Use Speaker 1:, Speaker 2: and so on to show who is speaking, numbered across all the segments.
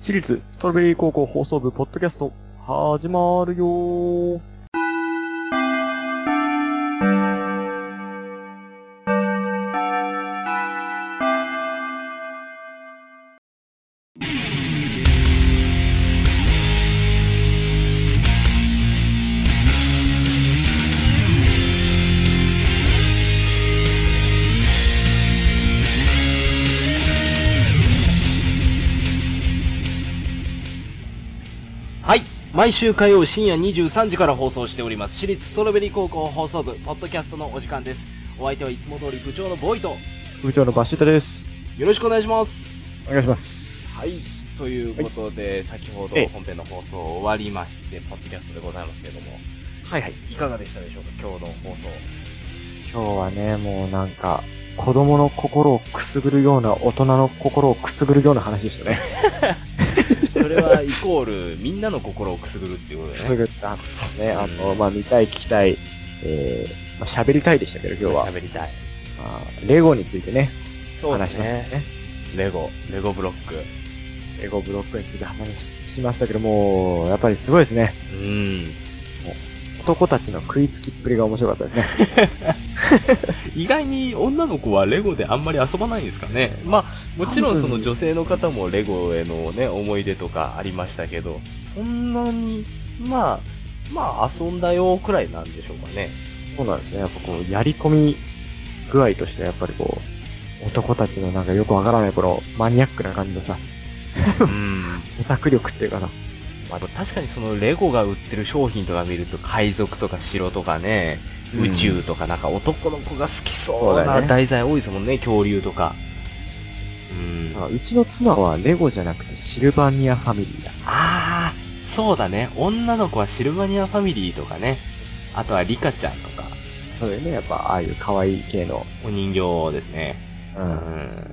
Speaker 1: 私立ストロベリー高校放送部ポッドキャスト、始まるよー。
Speaker 2: はい。毎週火曜深夜23時から放送しております、私立ストロベリー高校放送部、ポッドキャストのお時間です。お相手はいつも通り部長のボイト。
Speaker 1: 部長のバシータです。
Speaker 2: よろしくお願いします。
Speaker 1: お願いします。
Speaker 2: はい。ということで、先ほど本編の放送終わりまして、ポッドキャストでございますけれども、
Speaker 1: はいはい。
Speaker 2: いかがでしたでしょうか、今日の放送。
Speaker 1: 今日はね、もうなんか、子供の心をくすぐるような、大人の心をくすぐるような話でしたね。
Speaker 2: それはイコール、みんなの心をくすぐるっていうこと
Speaker 1: く
Speaker 2: だよ
Speaker 1: す
Speaker 2: ね。
Speaker 1: ぐったんですね。あの、まあ、見たい、聞きたい、えー、まあ、喋りたいでしたけど、今日は。
Speaker 2: 喋りたい。
Speaker 1: まあレゴについてね、
Speaker 2: そうです
Speaker 1: 話しま
Speaker 2: ね
Speaker 1: し。たね。
Speaker 2: レゴ、レゴブロック。
Speaker 1: レゴブロックについて話しましたけども、やっぱりすごいですね。
Speaker 2: うん。
Speaker 1: 男たちの食いつきっぷりが面白かったですね。
Speaker 2: 意外に女の子はレゴであんまり遊ばないんですかね、まあ、もちろんその女性の方もレゴへの、ね、思い出とかありましたけど、そんなに、まあ、まあ、遊んだよくらいなんでしょうかね。
Speaker 1: そうなんですね。やっぱこう、やり込み具合としてはやっぱりこう、男たちのなんかよくわからないこのマニアックな感じのさ、
Speaker 2: うん
Speaker 1: オタク力っていうかな。
Speaker 2: まあ、確かにそのレゴが売ってる商品とか見ると、海賊とか城とかね、宇宙とか、なんか男の子が好き
Speaker 1: そう
Speaker 2: そ
Speaker 1: だ
Speaker 2: う
Speaker 1: よ
Speaker 2: な
Speaker 1: ね
Speaker 2: 題材多いですもんね、恐竜とか。うん
Speaker 1: あうちの妻はレゴじゃなくてシルバニアファミリーだ。
Speaker 2: ああ、そうだね。女の子はシルバニアファミリーとかね。あとはリカちゃんとか、
Speaker 1: そうだよね。やっぱああいう可愛い系の。
Speaker 2: お人形ですね。
Speaker 1: う。
Speaker 2: うんん。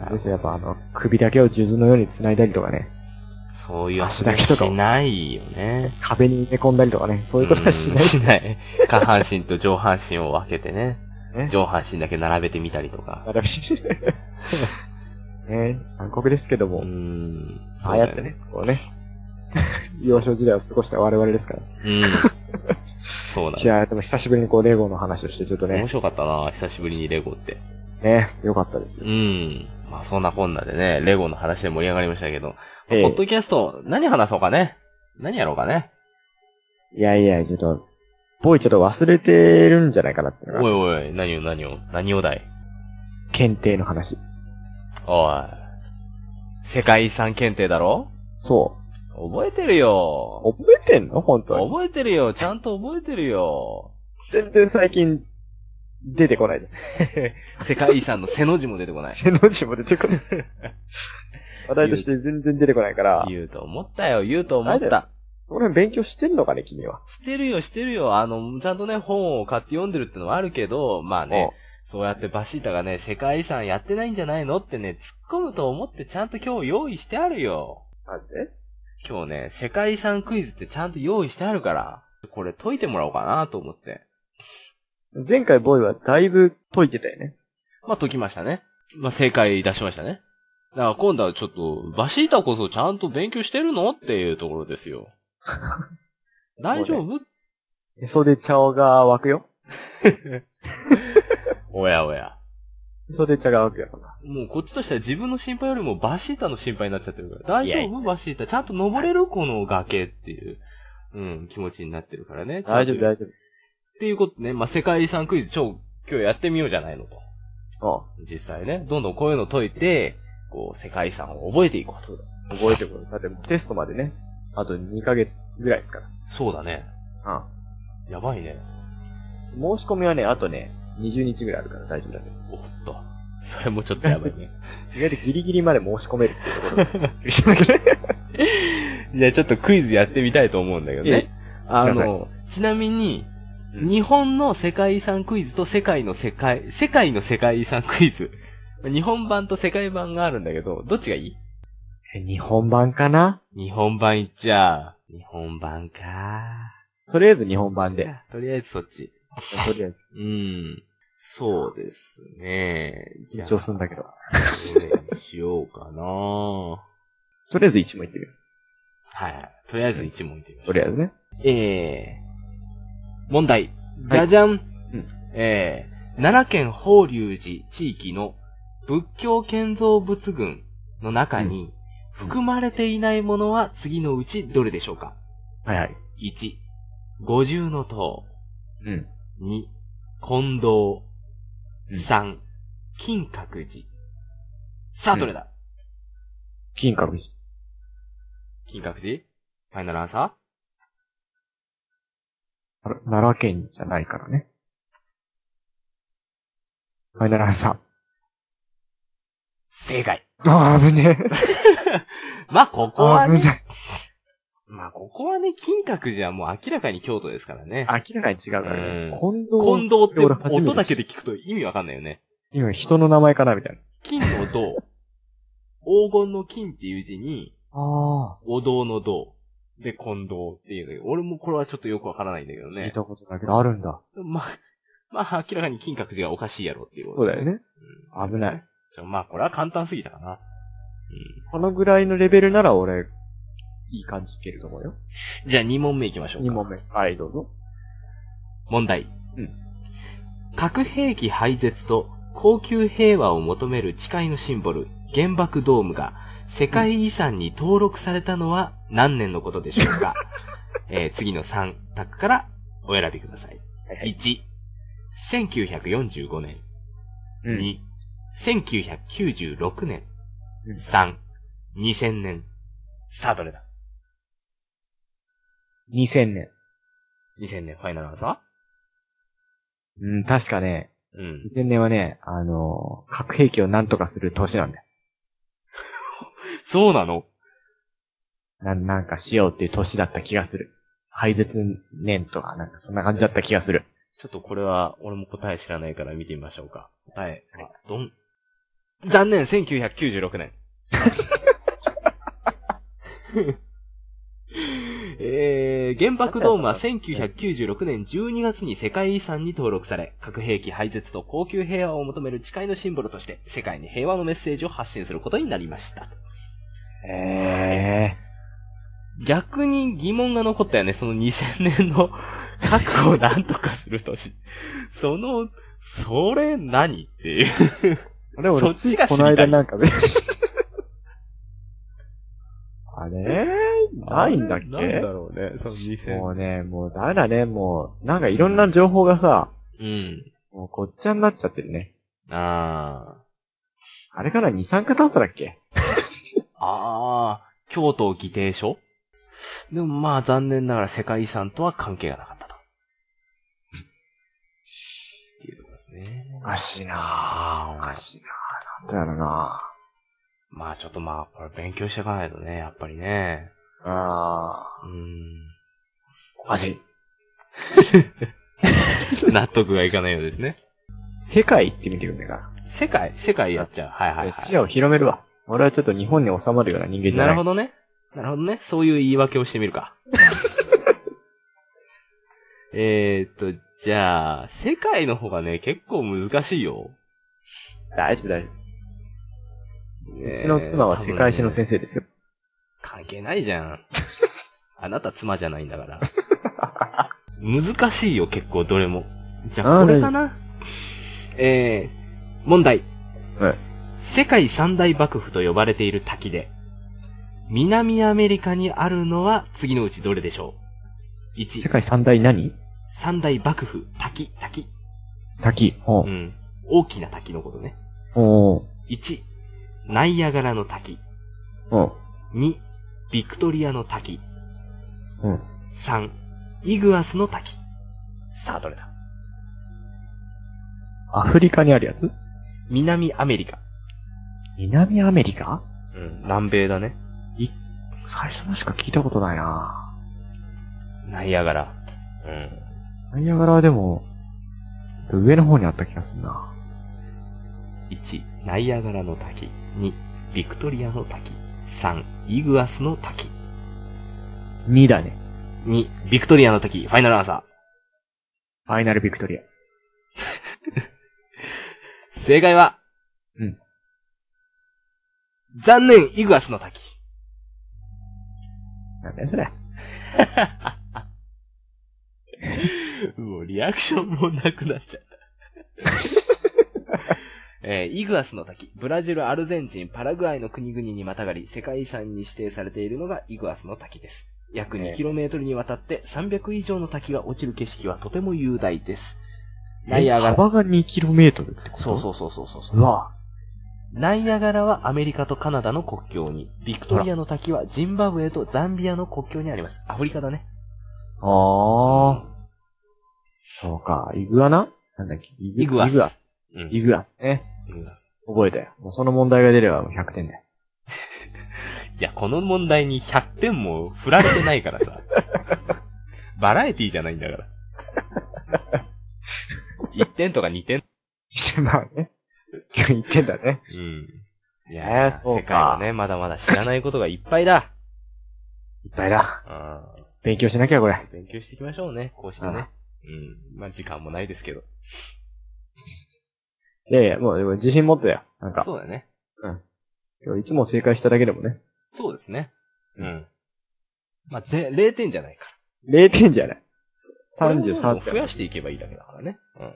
Speaker 1: あれですよ、やっぱあの、首だけを数珠のように繋いだりとかね、
Speaker 2: そういう
Speaker 1: 足
Speaker 2: 足
Speaker 1: だ
Speaker 2: だ
Speaker 1: け
Speaker 2: け
Speaker 1: とか
Speaker 2: しないよね。
Speaker 1: 壁に寝込んだりとかね、そういうことはし
Speaker 2: うん
Speaker 1: ない
Speaker 2: しない。下半身と上半身を分けてね。
Speaker 1: ね
Speaker 2: 上半身だけ並べてみたりとか。
Speaker 1: 私。ね暗黒ですけども、
Speaker 2: うん。
Speaker 1: ああやってね、こうね、幼少時代を過ごした我々ですから。
Speaker 2: そう だよね。うん。そうなん
Speaker 1: い
Speaker 2: だ。
Speaker 1: や、でも久しぶりにこう、レゴの話をして、ちょっと
Speaker 2: 面
Speaker 1: ね、
Speaker 2: 白かったな久しぶりにレゴって。
Speaker 1: ね、よかったです
Speaker 2: う
Speaker 1: よ。
Speaker 2: ん。まあそんなこんなでね、レゴの話で盛り上がりましたけど。
Speaker 1: え
Speaker 2: ポッ
Speaker 1: え
Speaker 2: ドキャスト、何話そうかね何やろうかね
Speaker 1: いやいや、ちょっと、ボーイちょっと忘れてるんじゃないかなっていうの
Speaker 2: おい
Speaker 1: が、
Speaker 2: おい、何を何を、何をだい
Speaker 1: 検定の話。
Speaker 2: おい。世界遺産検定だろ
Speaker 1: そ
Speaker 2: 覚えてるよ。
Speaker 1: う。覚えてんの本当に。
Speaker 2: 覚えてるよ。ちゃんと覚えてるよ。
Speaker 1: 全然最近、出てこないで。
Speaker 2: 世界遺産の背の字も出てこ ない。
Speaker 1: 背の字も出て こない。話題として全然出てこないから、
Speaker 2: 言うと思ったよ。言うと思っ
Speaker 1: 大丈
Speaker 2: た。
Speaker 1: そこら辺勉強してんのかね、君は。
Speaker 2: してるよ、してるよ。あの、ちゃんとね、本を買って読んでるってのはあるけど、まあね、そうやってバシータがね、世界遺産やってないんじゃないのってね、突っ込むと思ってちゃんと今日用意してあるよ。
Speaker 1: おマジで
Speaker 2: 今日ね、世界遺産クイズってちゃんと用意してあるから、これ解いてもらおうかなと思って。
Speaker 1: 前回ボーイはだいぶ解いてたよね。
Speaker 2: まあ、解きましたね。まあ、正解出しましたね。だから今度はちょっと、バシータこそちゃんと勉強してるのっていうところ ですよ。大丈夫
Speaker 1: へそで茶が湧くよ。
Speaker 2: おやおや。
Speaker 1: へそで茶が湧くよ、そんな。
Speaker 2: もうこっちとしては自分の心配よりもバシータの心配になっちゃってるから。大
Speaker 1: いやい
Speaker 2: 丈夫バシータ。ちゃんと登れるこの崖っていう、うん、気持ちになってるからね。
Speaker 1: 大丈夫、
Speaker 2: ちゃんと
Speaker 1: 大丈
Speaker 2: っていうことね、まあ、世界遺産クイズ、ちょ、今日やってみようじゃないのと。
Speaker 1: 夫。うん。
Speaker 2: 実際ね、どんどんこういうの解いて、こう、世界遺産を覚えていこうと。
Speaker 1: 覚えてくる。だってもうテストまでね、あと2ヶ月ぐらいですか
Speaker 2: そうだね。
Speaker 1: ら。
Speaker 2: やばいね。
Speaker 1: うん。申し込みはね、あとね、20日ぐらいあるから大丈夫だけど。
Speaker 2: おっと。それもちょっとやばい ね。
Speaker 1: 意外とギリギリまで申し込めるっていうところがびっくりしましたけどね。
Speaker 2: じゃあちょっとクイズやってみたいと思うんだけど
Speaker 1: ええ
Speaker 2: ね。あ
Speaker 1: くだ
Speaker 2: の、ちなみに、
Speaker 1: うん
Speaker 2: 日本の世界遺産クイズと世界の世界、世界の世界遺産クイズ。日本版と世界版があるんだけど、どっちがいい
Speaker 1: え 日本版かな
Speaker 2: 日本版いっちゃう。日本版か。
Speaker 1: とりあえず日本版で。
Speaker 2: じゃあとりあえずそっち。
Speaker 1: とりあえず
Speaker 2: うん。そうですね。じゃ
Speaker 1: 緊
Speaker 2: あ
Speaker 1: 張するんだけど。
Speaker 2: どれにしようかな
Speaker 1: とりあえず1問いってみよ
Speaker 2: はい。とりあえず一問いってみま
Speaker 1: う。
Speaker 2: し
Speaker 1: と
Speaker 2: ょう。
Speaker 1: りあえずね。
Speaker 2: えー、問題。じゃじゃん。
Speaker 1: うん
Speaker 2: えー、奈良県法隆寺地域の仏教建造物群の中に
Speaker 1: うん
Speaker 2: 含まれていないものは次のうちどれでしょうか
Speaker 1: はいはい。
Speaker 2: ?1、五重の塔。
Speaker 1: うん。
Speaker 2: 2、近藤。
Speaker 1: うん
Speaker 2: 3、金閣寺。さあ、どれだ、
Speaker 1: 金閣寺。
Speaker 2: 金閣寺ファイナルアンサ
Speaker 1: あら奈良県じゃないからね。ファイナルアンサ
Speaker 2: ー正解。
Speaker 1: ー。ああ、危ねえ。
Speaker 2: まあ、ここ
Speaker 1: あ
Speaker 2: は
Speaker 1: あ、危
Speaker 2: ね、
Speaker 1: ね
Speaker 2: まあ、ここはね、金閣寺はもう明らかに京都ですから
Speaker 1: え。
Speaker 2: ね。
Speaker 1: 明らかに違うから
Speaker 2: うん
Speaker 1: ね。近
Speaker 2: 近
Speaker 1: 藤、
Speaker 2: 藤って
Speaker 1: 俺初めて
Speaker 2: 音だけで聞くと意味わかんないよね。
Speaker 1: 今人の名前かなみたいな。
Speaker 2: 金の銅。黄金の金っていう字に、
Speaker 1: あ
Speaker 2: お堂の銅。で、近藤っていうね。俺もこれはちょっとよくわからないんだけど
Speaker 1: あ、聞い
Speaker 2: ね。
Speaker 1: たことないけど、あるんだ。
Speaker 2: まあ、まあ、明らかに金閣寺がおかしいやろっていうこ
Speaker 1: そう
Speaker 2: と
Speaker 1: だよ。ね。
Speaker 2: うん
Speaker 1: 危ない。
Speaker 2: じゃあまあ、これは簡単すぎたかな。
Speaker 1: このぐらいのレベルなら俺、いい感じいけると思うよ。
Speaker 2: うん、じゃあ2問目いきましょうか。
Speaker 1: 2問目。はい、どうぞ。
Speaker 2: 問題。
Speaker 1: うん
Speaker 2: 核兵器廃絶と高級平和を求める誓いのシンボル、原爆ドームが世界遺産に登録されたのは何年のことでしょう か、えー次の3択からお選びください。
Speaker 1: はいはい。
Speaker 2: 1、1945年。
Speaker 1: うん
Speaker 2: 2、1996年
Speaker 1: うん。
Speaker 2: 3、2000年。さあ、どれだ
Speaker 1: 2000年。
Speaker 2: ?2000 年ファイナルアンサ
Speaker 1: うん、確かね、
Speaker 2: ーうん。
Speaker 1: 2000年はね、あのー核兵器をなんとかする年なんだよ。
Speaker 2: そうなの
Speaker 1: なん、なんかしようっていう年だった気がする。廃絶年とか、なんかそんな感じだった気がする。
Speaker 2: ちょっとこれは、俺も答え知らないから見てみましょうか。答えは、どん。残念、1996年。 えー、原爆ドームは1996年12月に世界遺産に登録され、核兵器廃絶と高級平和を求める誓いのシンボルとして、世界に平和のメッセージを発信することになりました。
Speaker 1: へえ。
Speaker 2: 逆に疑問が残ったよね、その2000年の 核をなんとかする年。その、それ何っていう。
Speaker 1: あれ、
Speaker 2: そっ
Speaker 1: 俺、つ
Speaker 2: ち
Speaker 1: い
Speaker 2: が知
Speaker 1: こ
Speaker 2: り
Speaker 1: の間
Speaker 2: たい
Speaker 1: なんかね。 あれないんだっけ
Speaker 2: なんだろうね、その2000
Speaker 1: もうね、もうダメだね、もう、なんかいろんな情報がさ、
Speaker 2: うん。
Speaker 1: もうごっちゃになっちゃってるね。
Speaker 2: あ
Speaker 1: あれから二酸化炭素だっけ
Speaker 2: あ。ああ、京都議定書でもまあ残念ながら世界遺産とは関係がなかったと。っていうところですね。
Speaker 1: おかしいなぁ。
Speaker 2: あ
Speaker 1: お
Speaker 2: あ
Speaker 1: かしいなぁ。なんだろうな
Speaker 2: まあちょっとまあ、これ勉強していかないとね、やっぱりね。
Speaker 1: ぁ。あ
Speaker 2: うん。
Speaker 1: ー、おかしい。
Speaker 2: 納得がいかないようですね。
Speaker 1: 世界行ってみてくんねえか
Speaker 2: 世界世界やっちゃう。はい
Speaker 1: な。
Speaker 2: はい、
Speaker 1: 視野
Speaker 2: は
Speaker 1: を広めるわ。俺はちょっと日本に収まるような人間
Speaker 2: い。
Speaker 1: じゃない。
Speaker 2: なるほ
Speaker 1: ど。
Speaker 2: どね。なるほどね。そういう言い訳をしてみ るか。えーっと、じゃあ、世界の方がね、結構難しいよ。
Speaker 1: 大丈夫大丈夫。
Speaker 2: う
Speaker 1: うちの妻は世界史の先生ですよ。
Speaker 2: 関係ないじゃん。あなた妻じゃないんだから。難しいよ、結構どれも。じゃあ、
Speaker 1: あー
Speaker 2: これかな。えー、問題。
Speaker 1: はい
Speaker 2: 世界三大幕府と呼ばれている滝で、南アメリカにあるのは次のうちどれでしょう ?1、
Speaker 1: 世界三大何
Speaker 2: 三大幕府、滝、滝。
Speaker 1: 滝。おう
Speaker 2: うん。大きな滝のことね。
Speaker 1: おう
Speaker 2: 1、ナイアガラの滝。
Speaker 1: おう
Speaker 2: 2、ビクトリアの滝。
Speaker 1: うん。
Speaker 2: 3、イグアスの滝。さあ、どれだ
Speaker 1: アフリカにあるやつ
Speaker 2: 南アメリカ。
Speaker 1: 南アメリカ
Speaker 2: うん、南米だね。
Speaker 1: 最初のしか聞いたことないな
Speaker 2: ナイアガラ。うん。
Speaker 1: ぁ。ナイアガラはでも、上の方にあった気がするな
Speaker 2: 1、ナイアガラの滝。2、ビクトリアの滝。3、イグアスの滝。
Speaker 1: 2だね。
Speaker 2: 2、ビクトリアの滝。ファイナルアンサ
Speaker 1: ファイナルビクトリア。
Speaker 2: ー。正解は
Speaker 1: うん。
Speaker 2: 残念、イグアスの滝。
Speaker 1: なんだよ、それ。
Speaker 2: もうリアクションもなくなっちゃ った。えーイグアスの滝、ブラジル、アルゼンチン、パラグアイの国々にまたがり、世界遺産に指定されているのがイグアスの滝です。約
Speaker 1: ね
Speaker 2: 2km にわたって300以上の滝が落ちる景色はとても雄大です。ナイアガ
Speaker 1: え
Speaker 2: ラ、
Speaker 1: 幅が 2km ってこと
Speaker 2: そうそうそうそうそうそう
Speaker 1: う。わ
Speaker 2: ナイアガラはアメリカとカナダの国境に、ビクトリアの滝はジンバブエとザンビアの国境にあります。アフリカだね。
Speaker 1: ああ。そうか。イグアナなんだっけイ
Speaker 2: イグアス。
Speaker 1: イグアス。
Speaker 2: うん
Speaker 1: イグアスね。
Speaker 2: イグアス
Speaker 1: 覚えたよ。もうその問題が出ればもう100点だよ。
Speaker 2: いや、この問題に100点も振られてないから さ。バラエティじゃないんだから。1点とか2点。
Speaker 1: まあね。今日1点だね。
Speaker 2: うん。い
Speaker 1: え
Speaker 2: や
Speaker 1: ー
Speaker 2: ー、
Speaker 1: そうか
Speaker 2: 世界はね、まだまだ知らないことがいっぱいだ。
Speaker 1: いっぱいだ。
Speaker 2: うん。
Speaker 1: 勉強しなきゃ、これ。
Speaker 2: 勉強していきましょうね、こうしてね。うん。まあ、時間もないですけど。
Speaker 1: いやいや、もうでも自信持ってよ。なんか、
Speaker 2: そうだね。
Speaker 1: 今日いつも正解しただけでもね。
Speaker 2: そうですね。
Speaker 1: う
Speaker 2: うん。まあ、ぜ、0点じゃないか
Speaker 1: 0点じゃない。
Speaker 2: ら。これをど
Speaker 1: 33
Speaker 2: んどん増
Speaker 1: 点。
Speaker 2: やしていけばいいだけだからね。うん。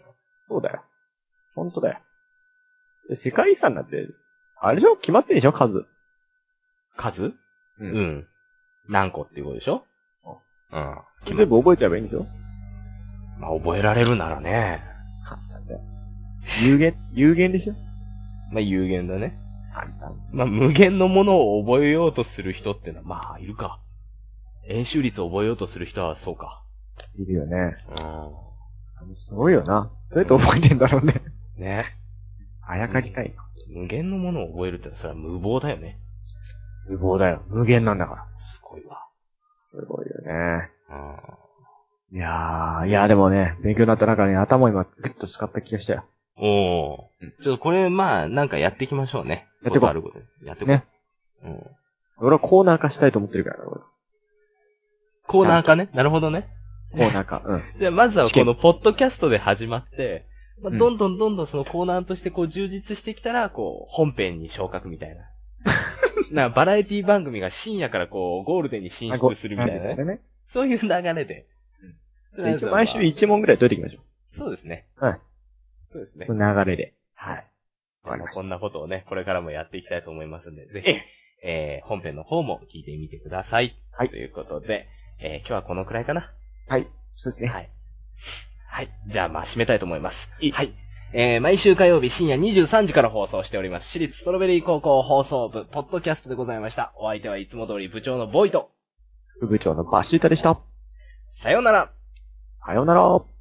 Speaker 1: そうだよ。ほんとだよ。で世界遺産なんて、あれでしょ決まってんでしょ数。
Speaker 2: 数
Speaker 1: う
Speaker 2: う。ん。何個っていうことでしょうん。決まっ
Speaker 1: 全部覚えちゃえばいいんでしょ
Speaker 2: まあ、覚えられるならね。
Speaker 1: 簡単だよ。有限、有限でしょ
Speaker 2: まあ、有限だね。
Speaker 1: 簡単。
Speaker 2: まあ、無限のものを覚えようとする人ってのは、まあ、いるか。演習率を覚えようとする人は、そうか。
Speaker 1: いるよね。
Speaker 2: う
Speaker 1: すごいよな。どうやって覚えてんだろうね。
Speaker 2: ん。ね。
Speaker 1: あやかりたいな。
Speaker 2: 無限のものを覚えるってのは、それは無謀だよね。
Speaker 1: 無謀だよ。無限なんだから。
Speaker 2: すごいわ。
Speaker 1: すごいよね。
Speaker 2: うん。
Speaker 1: いやー、いやーでもね、勉強になった中ね、頭今、ぐっと使った気がしたよ。
Speaker 2: おお、ちょっとこれ、まあ、なんかやっていきましょうね。
Speaker 1: やってこう
Speaker 2: とあることで。やってこう。
Speaker 1: ね
Speaker 2: うん。
Speaker 1: 俺はコーナー化したいと思ってるからな、俺
Speaker 2: コーナーかね。なるほどね。
Speaker 1: コーナー化。 うん。
Speaker 2: じゃあ、まずは
Speaker 1: 試験
Speaker 2: このポッドキャストで始まって、ま
Speaker 1: う
Speaker 2: あ、
Speaker 1: ん
Speaker 2: どんどんどんどんそのコーナーとしてこう充実してきたら、こう、本編に昇格みたいな。 なんかバラエティ番組が深夜からこう、ゴールデンに進出するみたいなね。
Speaker 1: ね。
Speaker 2: そういう流れで。
Speaker 1: で一応毎週1問ぐらい解いていきましょ
Speaker 2: そうですね。
Speaker 1: はい。
Speaker 2: そうですね
Speaker 1: う。。流れで。
Speaker 2: はい。
Speaker 1: わかりました
Speaker 2: こんなことをね、これからもやっていきたいと思いますんで、ぜひ、えー、本編の方も聞いてみてください。
Speaker 1: はい
Speaker 2: ということで、えー、今日はこのくらいかな。
Speaker 1: はい。そうですね。
Speaker 2: はい。はい。じゃあ、まあ、締めたいと思います。
Speaker 1: いい
Speaker 2: はい。えー、毎週火曜日深夜23時から放送しております。私立ストロベリー高校放送部、ポッドキャストでございました。お相手はいつも通り部長のボイト。
Speaker 1: 副部長のバシータでした。
Speaker 2: さようなら
Speaker 1: さようなら。